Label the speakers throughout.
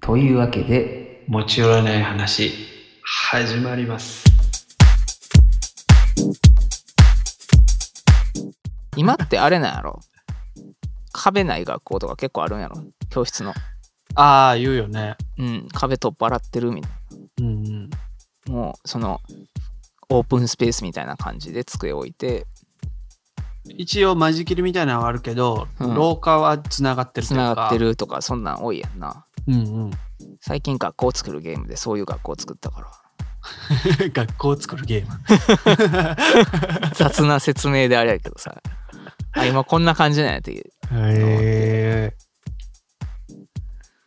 Speaker 1: というわけで、
Speaker 2: 持ち寄らない話、始まります。
Speaker 3: 今ってあれなんやろ壁ない学校とか結構あるんやろ教室の。
Speaker 2: ああ、言うよね。
Speaker 3: うん、壁取っ払ってるみたい
Speaker 2: うんうん。
Speaker 3: な。もう、その、オープンスペースみたいな感じで机置いて、
Speaker 2: 一応、間仕切りみたいなのはあるけど、
Speaker 3: うん
Speaker 2: 廊下はつながってると
Speaker 3: つ
Speaker 2: いうか。
Speaker 3: ながって。るとか、そんなん多いやんな。
Speaker 2: うんうん。
Speaker 3: 最近学校作るゲームでそういう学校作ったか
Speaker 2: 学校を作るゲーム。
Speaker 3: ら。雑な説明であれやけどさ。あ、今こんな感じなんやっていう。
Speaker 2: へえ。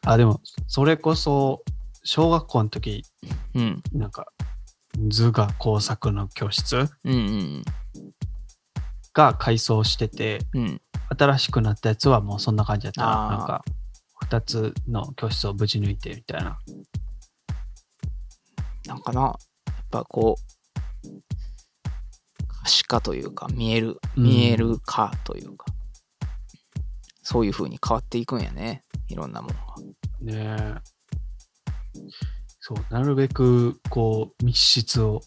Speaker 2: あ、でも、それこそ、小学校の時、
Speaker 3: うん。
Speaker 2: なんか、図画工作の教室
Speaker 3: うんうん
Speaker 2: が改装してて、
Speaker 3: うん。うん。
Speaker 2: 新しくなったやつはもうそんな感じだったな。
Speaker 3: あー
Speaker 2: なんか、2つの教室をぶち抜いてみたいな。
Speaker 3: なんかな、やっぱこう、可視化というか、見える、
Speaker 2: うん
Speaker 3: 見える化というか、そういう風に変わっていくんやね、いろんなものが。
Speaker 2: ねえ。そう、なるべく、こう、密室を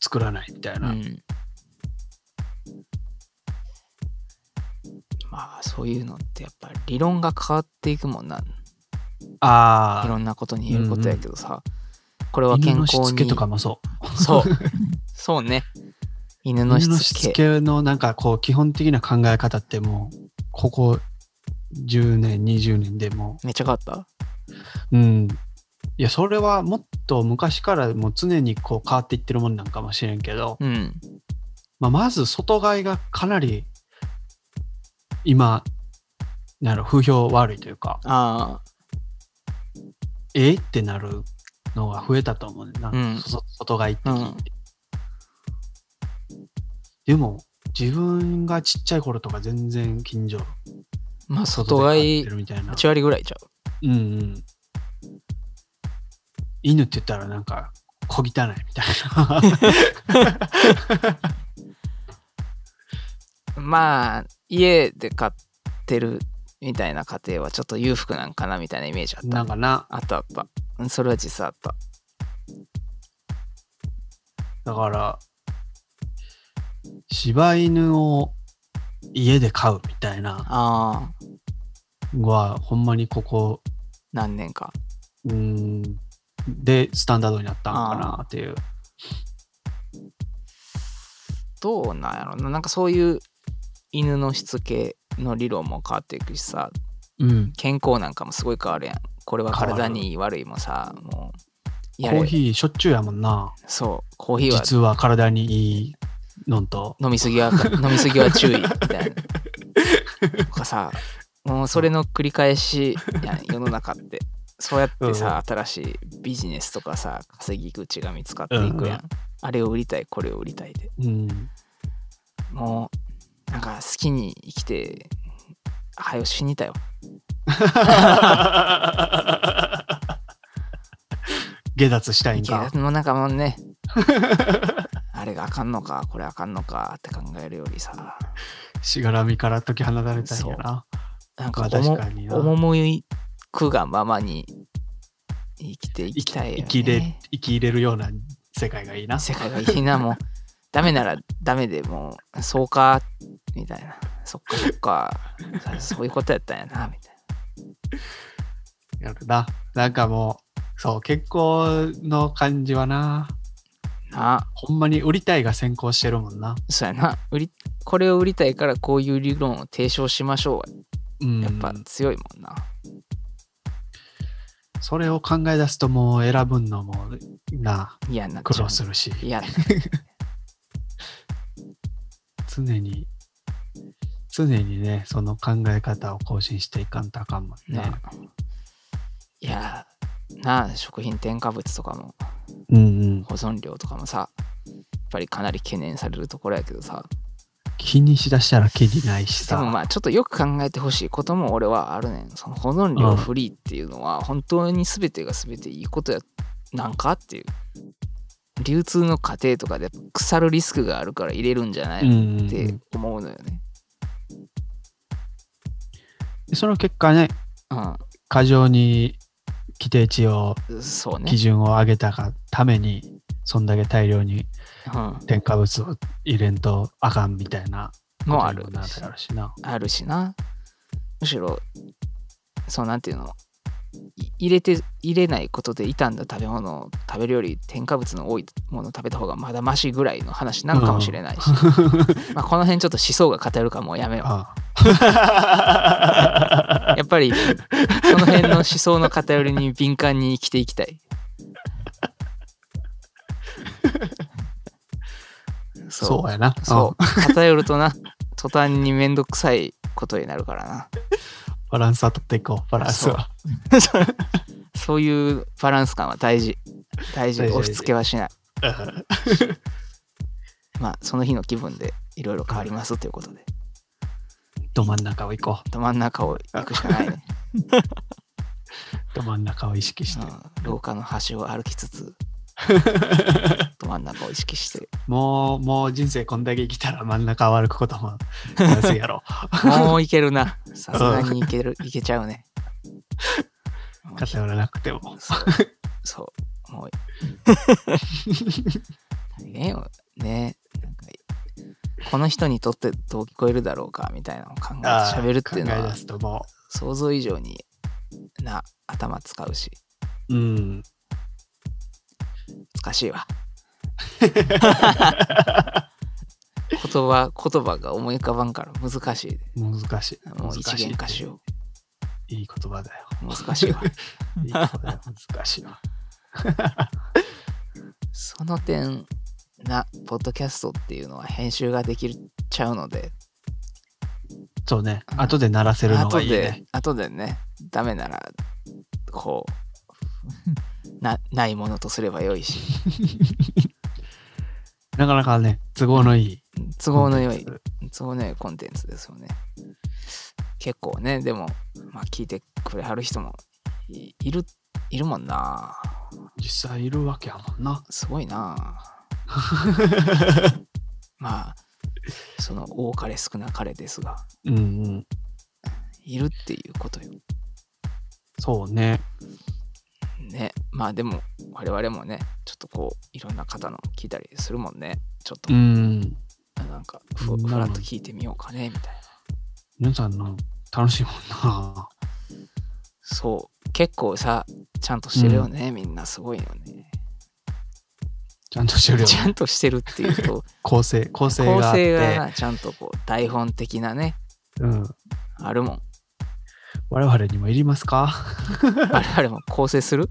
Speaker 2: 作らないみたいな。
Speaker 3: うんまあ、そういうのってやっぱり理論が変わっていくもんな、
Speaker 2: あ
Speaker 3: いろ
Speaker 2: あ、
Speaker 3: んなことに言えることやけどさ、これは健
Speaker 2: 犬の
Speaker 3: 康
Speaker 2: し
Speaker 3: に。
Speaker 2: つけとかもそう。
Speaker 3: そう。そうね。犬の
Speaker 2: 犬
Speaker 3: し
Speaker 2: の
Speaker 3: つ
Speaker 2: し
Speaker 3: け。
Speaker 2: つけのなんかこう基本的な考え方ってもうここ10年20年でも
Speaker 3: めっちゃ変わった
Speaker 2: ううんいやそれはもっと昔からもう常にこう変わっていってるもんなんかもしれんけど、
Speaker 3: うん。
Speaker 2: まあ、まず外側がかなり今なんやろ風評悪いというか
Speaker 3: あ
Speaker 2: えーってなるのが増えたと思うねんな、
Speaker 3: うん
Speaker 2: そ外側行って
Speaker 3: あ、う
Speaker 2: 聞い
Speaker 3: ん
Speaker 2: て。でも自分がちっちゃい頃とか全然近所
Speaker 3: まあ、外がい
Speaker 2: 外で飼ってるみたいな。
Speaker 3: 8割ぐらいちゃう。
Speaker 2: うんうん。犬って言ったらなんか小汚いみたいな。
Speaker 3: まあ家で飼ってるみたいな家庭はちょっと裕福なんかなみたいなイメージあった、
Speaker 2: なんかな。
Speaker 3: あったあったうんそれは実際あった
Speaker 2: だから、柴犬を家で飼うみたいな
Speaker 3: ああ
Speaker 2: のは、ほんまにここ、
Speaker 3: 何年か
Speaker 2: うん、で、スタンダードになったのかなっていう。
Speaker 3: どうなんやろななんかそういう犬のしつけの理論も変わっていくしさ
Speaker 2: うん。
Speaker 3: 健康なんかもすごい変わるやんこれは体
Speaker 2: 変わる
Speaker 3: に悪いもさもう
Speaker 2: コ
Speaker 3: やれ
Speaker 2: ーヒーしょっちゅうやもんな。
Speaker 3: そうコーヒーは
Speaker 2: 実は体にいいのんと。
Speaker 3: 飲みすぎは 飲みすぎは注意みたいなとかさもうそれの繰り返しや ん世の中ってそうやってさ、新しいビジネスとかさ稼ぎ口が見つかっていくやん、
Speaker 2: うん
Speaker 3: あれを売りたいこれを売りたいで
Speaker 2: うん。
Speaker 3: もうなんか好きに生きてはよ死にたよ
Speaker 2: 下脱したいん
Speaker 3: い
Speaker 2: か
Speaker 3: や。もうなんかもう ねあれがあかんのかこれあかんのかって考えるよりさ
Speaker 2: しがらみから解き放たれたいんやな。
Speaker 3: なん
Speaker 2: ま
Speaker 3: か
Speaker 2: あ
Speaker 3: おも
Speaker 2: 確かにな
Speaker 3: 赴くがままに生きてい
Speaker 2: 生
Speaker 3: き
Speaker 2: き
Speaker 3: たいよ、ね。
Speaker 2: 生きれ生き入れるような世界がいいな。
Speaker 3: 世界がいいな、もう。 ダメならダメでもう、そうか、みたいな。そっかそっか。そそういうことやったんやな、みたい
Speaker 2: やるな。なんかもう、そう、結婚の感じはな、
Speaker 3: な。なあ、
Speaker 2: ほんまに売りたいが先行してるもんな。
Speaker 3: そうやな。売り、これを売りたいからこういう理論を提唱しましょ
Speaker 2: うん。
Speaker 3: う。やっぱ強いもんな。
Speaker 2: それを考え出すともう選ぶのもな、
Speaker 3: 嫌になっ
Speaker 2: 苦
Speaker 3: ちゃ
Speaker 2: 労
Speaker 3: う。
Speaker 2: するし、
Speaker 3: 嫌な。
Speaker 2: 常に、常にね、その考え方を更新していかんとあかんもんね。
Speaker 3: なあいや、なあ、食品添加物とかも。
Speaker 2: うんうん。
Speaker 3: 保存量とかもさやっぱりかなり懸念されるところやけどさ
Speaker 2: 気にしだしたら気にないし
Speaker 3: で
Speaker 2: さ。
Speaker 3: もまあちょっとよく考えてほしいことも俺はあるねんその保存
Speaker 2: う
Speaker 3: 量
Speaker 2: ん
Speaker 3: フリーっていうのは本当に全てが全ていいことやなんかっていう流通の過程とかで腐るリスクがあるから入れるんじゃな
Speaker 2: うん
Speaker 3: いっ
Speaker 2: うんう
Speaker 3: て
Speaker 2: ん
Speaker 3: 思うのよね
Speaker 2: でその結果ね、
Speaker 3: うん
Speaker 2: 過剰に規定値を、
Speaker 3: そうね
Speaker 2: 基。準を上げたがために、そんだけ大量に
Speaker 3: うん。
Speaker 2: 添加物を入れんとあかんみたいな
Speaker 3: もある
Speaker 2: ことになってあるしな。
Speaker 3: あるしな。むしろ、そうなんていうの、い入れて、入れないことで傷んだ食べ物を食べるより添加物の多いものを食べた方がまだマシぐらいの話なのかもしれないし、 まあこの辺ちょっと思想が偏るかもうやめよう。
Speaker 2: あ あ
Speaker 3: やっ ぱり、その辺の思想の偏りに敏感に生きていきたい。。
Speaker 2: そううやな。
Speaker 3: そう。偏るとな、途端にめんどくさいことになるからな。
Speaker 2: うんバランス当たっていこう、バランスは。
Speaker 3: そういうバランス感は大事。大事。
Speaker 2: 大事
Speaker 3: 押し付けはし ない。
Speaker 2: うん
Speaker 3: まあ、その日の気分でいろいろ変わりますということで、
Speaker 2: ど真ん中を行こ
Speaker 3: ど真ん中を行くしかないね。
Speaker 2: う。ど真ん中を意識 して。
Speaker 3: うん廊下の端を歩きつ つ、ど真ん中を意識して、
Speaker 2: もう、もう人生こんだけ生きたら真ん中を歩くことも大事や ろ。
Speaker 3: もういけるな。さすがにいける、いけちゃう ね。もう
Speaker 2: 偏らなくても。
Speaker 3: そう。 そう。 もう。大変よ。ね。なんかこの人にとってどう聞こえるだろうかみたいなのを考えて
Speaker 2: ああ
Speaker 3: 喋るっていうの
Speaker 2: 考え
Speaker 3: は
Speaker 2: 出すとも
Speaker 3: 想像以上にな頭使うし
Speaker 2: う。うん。
Speaker 3: 難し いわ言葉言葉が思い浮かばんから難しいで
Speaker 2: 難しい。
Speaker 3: もう一元化し
Speaker 2: よ
Speaker 3: よ
Speaker 2: う。いい言葉だよ。
Speaker 3: う難しいわ
Speaker 2: いい言葉だよ。難しいわ。
Speaker 3: その点なポッドキャストっていうのは編集ができちゃうので
Speaker 2: そうね。後で鳴らせるの
Speaker 3: 後
Speaker 2: がいい
Speaker 3: で
Speaker 2: ね。
Speaker 3: 後でねダメならこう なないものとすればよいし
Speaker 2: なかなかね、都合のいい。
Speaker 3: 都合のよいそうね、コンテンツですよね。結構ね、でも、まあ、聞いてくれはる人もいいる、いるもんな。
Speaker 2: 実際いるわけやもんな。
Speaker 3: すごい な。まあ、その多かれ少なかれですが、
Speaker 2: うんうん。
Speaker 3: いるっていうことよ。
Speaker 2: そうね。
Speaker 3: ね。まあでも、我々もね、ちょっとこう、いろんな方の聞いたりするもんね。ちょっと
Speaker 2: う、ん。
Speaker 3: なんかふ、
Speaker 2: うん
Speaker 3: ふらっと聞いてみようかね、みたいな。
Speaker 2: 皆さんの楽しいもんな。
Speaker 3: そう。結構さ、ちゃんとしてるよね、みんな。すごいよね。
Speaker 2: ちゃんとしてるよ、
Speaker 3: ちゃ
Speaker 2: ね。
Speaker 3: んとしてるっていう と、
Speaker 2: 構成、構成
Speaker 3: 構
Speaker 2: があっ
Speaker 3: 成が
Speaker 2: て。
Speaker 3: なちゃんとこう台本的なね
Speaker 2: うん。
Speaker 3: あるもん
Speaker 2: 我々にもいりますか
Speaker 3: あれあれも構成する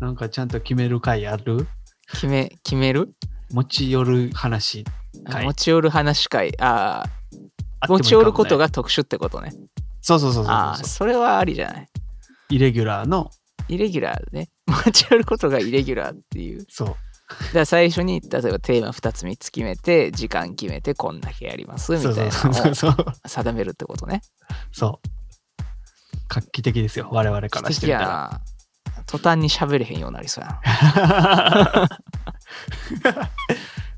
Speaker 2: なんかちゃんと決める回ある
Speaker 3: 決め決める
Speaker 2: 持ち寄る話はい
Speaker 3: 持ち寄る話会あ
Speaker 2: あ
Speaker 3: あ
Speaker 2: ってもいいかもね
Speaker 3: 持ち寄ることが特殊ってことね
Speaker 2: そうそうそうそう
Speaker 3: ああ
Speaker 2: そう
Speaker 3: それはありじゃない
Speaker 2: イレギュラーの
Speaker 3: イレギュラーね持ち寄ることがイレギュラーっていう
Speaker 2: そう
Speaker 3: だから最初に例えばテーマ2つ3つ決めて時間決めてこんだけやりますみ
Speaker 2: そう
Speaker 3: た
Speaker 2: そ
Speaker 3: いうな
Speaker 2: そ
Speaker 3: の
Speaker 2: う
Speaker 3: を
Speaker 2: そう
Speaker 3: 定めるってことね
Speaker 2: そう画期的ですよ我々からしてみたら
Speaker 3: な途端に喋れへんようになり そうやな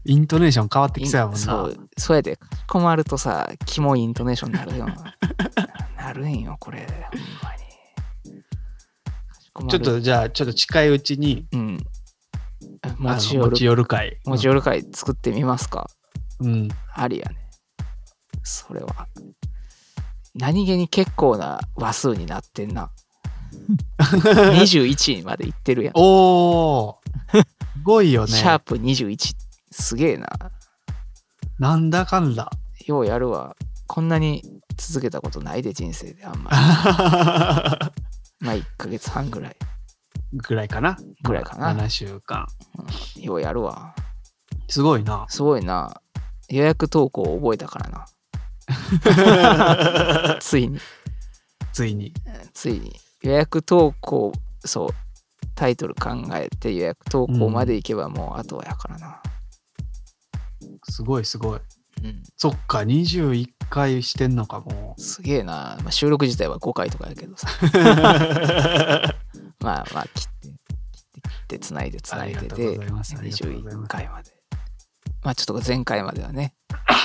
Speaker 2: イントネーション変わってきそうやもん
Speaker 3: そ
Speaker 2: な
Speaker 3: う、そうやで、書き込まるとさ、キモいイントネーションになるよ な。なるんよ、これ、ほんまに。書き込ま
Speaker 2: ちょ
Speaker 3: る
Speaker 2: っ、とじゃあちょっと近いうちに
Speaker 3: うん。
Speaker 2: あの
Speaker 3: 持ち寄
Speaker 2: 持ち
Speaker 3: る、
Speaker 2: 寄る回
Speaker 3: 持ち寄る会作ってみますか。
Speaker 2: うん
Speaker 3: ありやね。それは。何気に結構な話数になってん な。21までいってるやん。
Speaker 2: おーすごいよね
Speaker 3: シャープ21。すげえな。
Speaker 2: なんだかんだ
Speaker 3: ようやるわ。こんなに続けたことないで、人生であんまり。まあ1ヶ月半ぐらい
Speaker 2: ぐらいかな
Speaker 3: ぐらいかな。
Speaker 2: 7週間
Speaker 3: ようやるわ。
Speaker 2: すごいな
Speaker 3: すごいな。予約投稿を覚えたからな。 ついに、
Speaker 2: ついに
Speaker 3: ついに。予約投稿、そう、タイトル考えて予約投稿まで行けばもうあとはやからな。
Speaker 2: すごいすごい
Speaker 3: うん。
Speaker 2: そっか21回してんのか も
Speaker 3: すげえな。まあ、収録自体は5回とかやけどさ。まあまあ、切って、切って、切って、つないで、つないで
Speaker 2: ありがとうご
Speaker 3: で
Speaker 2: ざい、ますありがとうござい
Speaker 3: 21
Speaker 2: ます
Speaker 3: 回まで。まあちょっと前回まではね、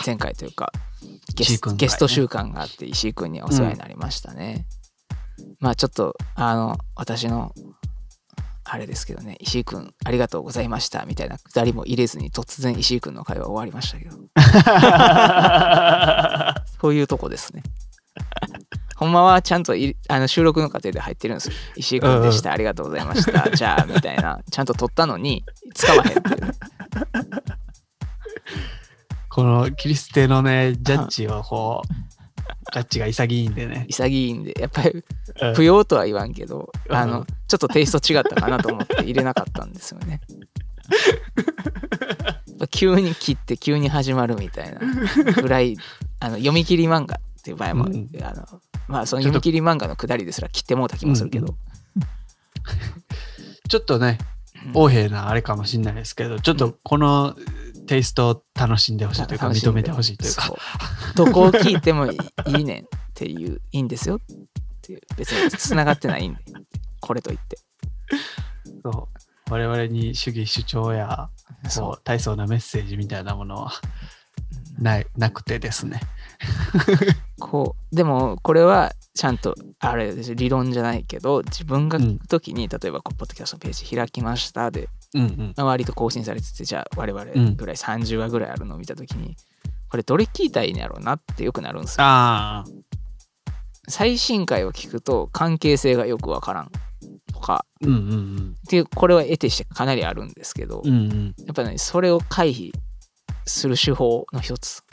Speaker 3: 前回というか、ゲ
Speaker 2: 石井
Speaker 3: ス
Speaker 2: 君回ね
Speaker 3: ゲスト週間があって、石井君にはお世話になりましたね。まあちょっと、あの、私の、あれですけどね、石井くん、ありがとうございました、みたいなくだりも入れずに、突然石井くんの会話終わりましたけど、そういうとこですね。 ほんまはちゃんといあの収録の過程で入ってるんですよ。石井くんでした、ありがとうございま した、じゃあ、みたいな、ちゃんと撮ったのに、使わへんっていう。
Speaker 2: この切り捨てのね、ジャッジはこう、ジャッジが潔いんでね。
Speaker 3: 潔いんで、やっぱり
Speaker 2: うん
Speaker 3: 不要とは言わんけど、
Speaker 2: うん
Speaker 3: あのちょっとテイスト違ったかなと思って入れなかったんですよね。急に切って急に始まるみたいなぐらいあの読み切り漫画っていう場合も、
Speaker 2: うん
Speaker 3: あのまあその読み切り漫画のくだりですら切ってもうた気もするけど、
Speaker 2: ちょっとね、横柄なあれかもしれないですけど、ちょっとこのテイストを楽しんでほしいというか、
Speaker 3: 楽しんで
Speaker 2: 認めてほしいというか。
Speaker 3: そうどこを聞いてもいいいいねんっていういいんですよっていう別につながってないんでこれといって
Speaker 2: そう我々に主義主張や
Speaker 3: そう
Speaker 2: そう大層なメッセージみたいなものはないなくてですね。
Speaker 3: こうでもこれはちゃんとあれです理論じゃないけど自分が聞くときに、例えばこうポッドキャストのページ開きましたで
Speaker 2: うんうん。
Speaker 3: まあ割と更新されててじゃあ我々
Speaker 2: うん
Speaker 3: ぐらい30話ぐらいあるのを見たときに、これどれ聞いたらいいんやろうなってよくなるんですよ
Speaker 2: あ
Speaker 3: 最新回を聞くと関係性がよくわからんとか
Speaker 2: あ。うんうん
Speaker 3: っていうこれは得てしてかなりあるんですけど、
Speaker 2: うん。うん
Speaker 3: やっぱねそれを回避する手法の一つ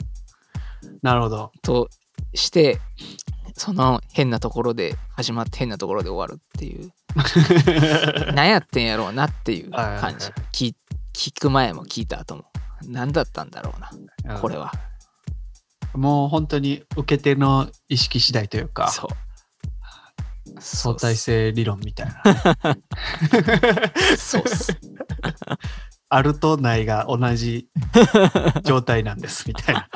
Speaker 2: うん。なるほど。
Speaker 3: としてその変なところで始まって変なところで終わるって いう何やってんやろうなっていう感じ
Speaker 2: はいはいは
Speaker 3: 聞聞く前も聞いた後も何だったんだろうなこれは
Speaker 2: もう本当に受け手の意識次第というか
Speaker 3: そう
Speaker 2: 相対性理論みたいな
Speaker 3: そうっす
Speaker 2: あるとないが同じ状態なんですみた いな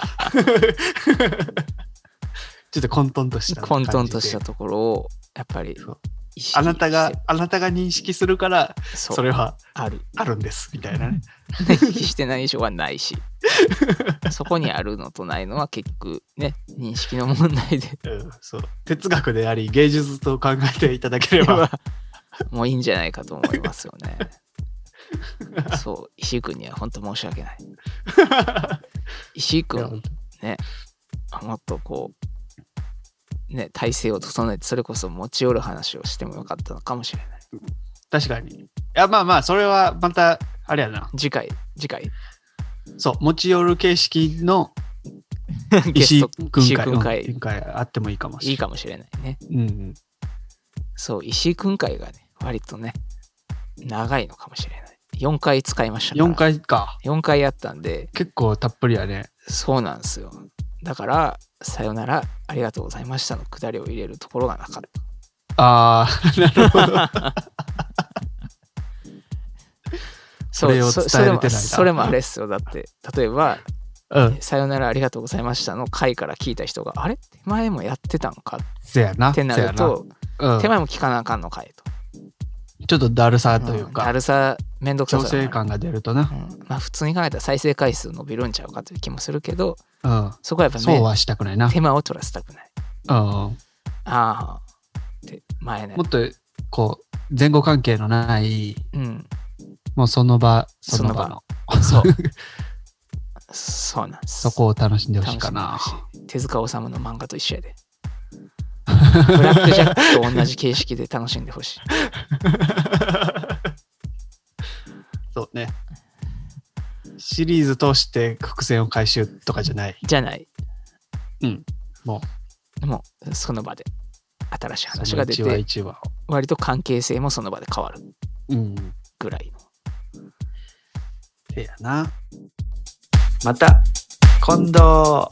Speaker 2: ちょっと混沌とした
Speaker 3: 混
Speaker 2: 感じで
Speaker 3: 沌としたところをやっぱり
Speaker 2: そう
Speaker 3: 意識
Speaker 2: あなたが
Speaker 3: して
Speaker 2: あなたが認識するから
Speaker 3: そう
Speaker 2: それは
Speaker 3: ある
Speaker 2: あるんですみたいなね
Speaker 3: 意識してない以上はないしそこにあるのとないのは結局ね認識の問題で
Speaker 2: うんそう哲学であり芸術と考えていただければ
Speaker 3: もういいんじゃないかと思いますよねそう石井君には本当申し訳ない 石井
Speaker 2: いや
Speaker 3: 君
Speaker 2: 本
Speaker 3: もっとこうね体勢を整えてそれこそ持ち寄る話をしてもよかったのかもしれない
Speaker 2: 当確かにいやまあまあそれはまたあれやな
Speaker 3: 次回次回
Speaker 2: そう持ち寄る形式の
Speaker 3: ゲ ス
Speaker 2: 石井
Speaker 3: ト
Speaker 2: 君
Speaker 3: 石井
Speaker 2: 会
Speaker 3: 君
Speaker 2: うん
Speaker 3: 会
Speaker 2: 一回あってもいいかもしれない
Speaker 3: いいかもしれないね
Speaker 2: うんうん、
Speaker 3: そう石井君会がね割とね長いのかもしれない4回使いましたから
Speaker 2: 4回か
Speaker 3: 4回やったんで
Speaker 2: 結構たっぷりやね
Speaker 3: そうなんですよだからさよならありがとうございましたのくだりを入れるところがなかった
Speaker 2: ああなるほど
Speaker 3: そ
Speaker 2: それを
Speaker 3: そ
Speaker 2: 伝えれてないな
Speaker 3: それもそれもあれですよ。だって、例えば、
Speaker 2: うん
Speaker 3: さよならありがとうございましたの回から聞いた人が、あれ手前もやってたんかっ
Speaker 2: せやな
Speaker 3: てなると、
Speaker 2: せやなうん
Speaker 3: 手前も聞かなあかんの回と。
Speaker 2: ちょっとだるさという
Speaker 3: だ
Speaker 2: か、
Speaker 3: るさ、めんどくさ
Speaker 2: 調
Speaker 3: さがあ
Speaker 2: 整
Speaker 3: る。
Speaker 2: 感が出るとな、
Speaker 3: うんまあ、普通に考えたら再生回数伸びるんちゃうかという気もするけど、
Speaker 2: うん、
Speaker 3: そこはやっぱね
Speaker 2: そうはしたくないな、うん、
Speaker 3: 手間を取らせたくない。
Speaker 2: も
Speaker 3: ああ、って前ね。
Speaker 2: っとこう前後関係のない
Speaker 3: うん、
Speaker 2: もうその場その場の
Speaker 3: そのそう。そうなんです。
Speaker 2: そこを楽しんでほ
Speaker 3: 楽し
Speaker 2: しい
Speaker 3: み
Speaker 2: かな
Speaker 3: 手塚治虫の漫画と一緒やで。ブラックジャックと同じ形式で楽しんでほしい。
Speaker 2: そうねシリーズ通して伏線を回収とかじゃない
Speaker 3: じゃない。
Speaker 2: うんも
Speaker 3: う。もう、その場で、新しい話
Speaker 2: そ
Speaker 3: が
Speaker 2: の
Speaker 3: 出
Speaker 2: 一話
Speaker 3: て、
Speaker 2: 一話を
Speaker 3: 割と関係性もその場で変わる
Speaker 2: うん
Speaker 3: ぐらいの。
Speaker 2: せやなまた今度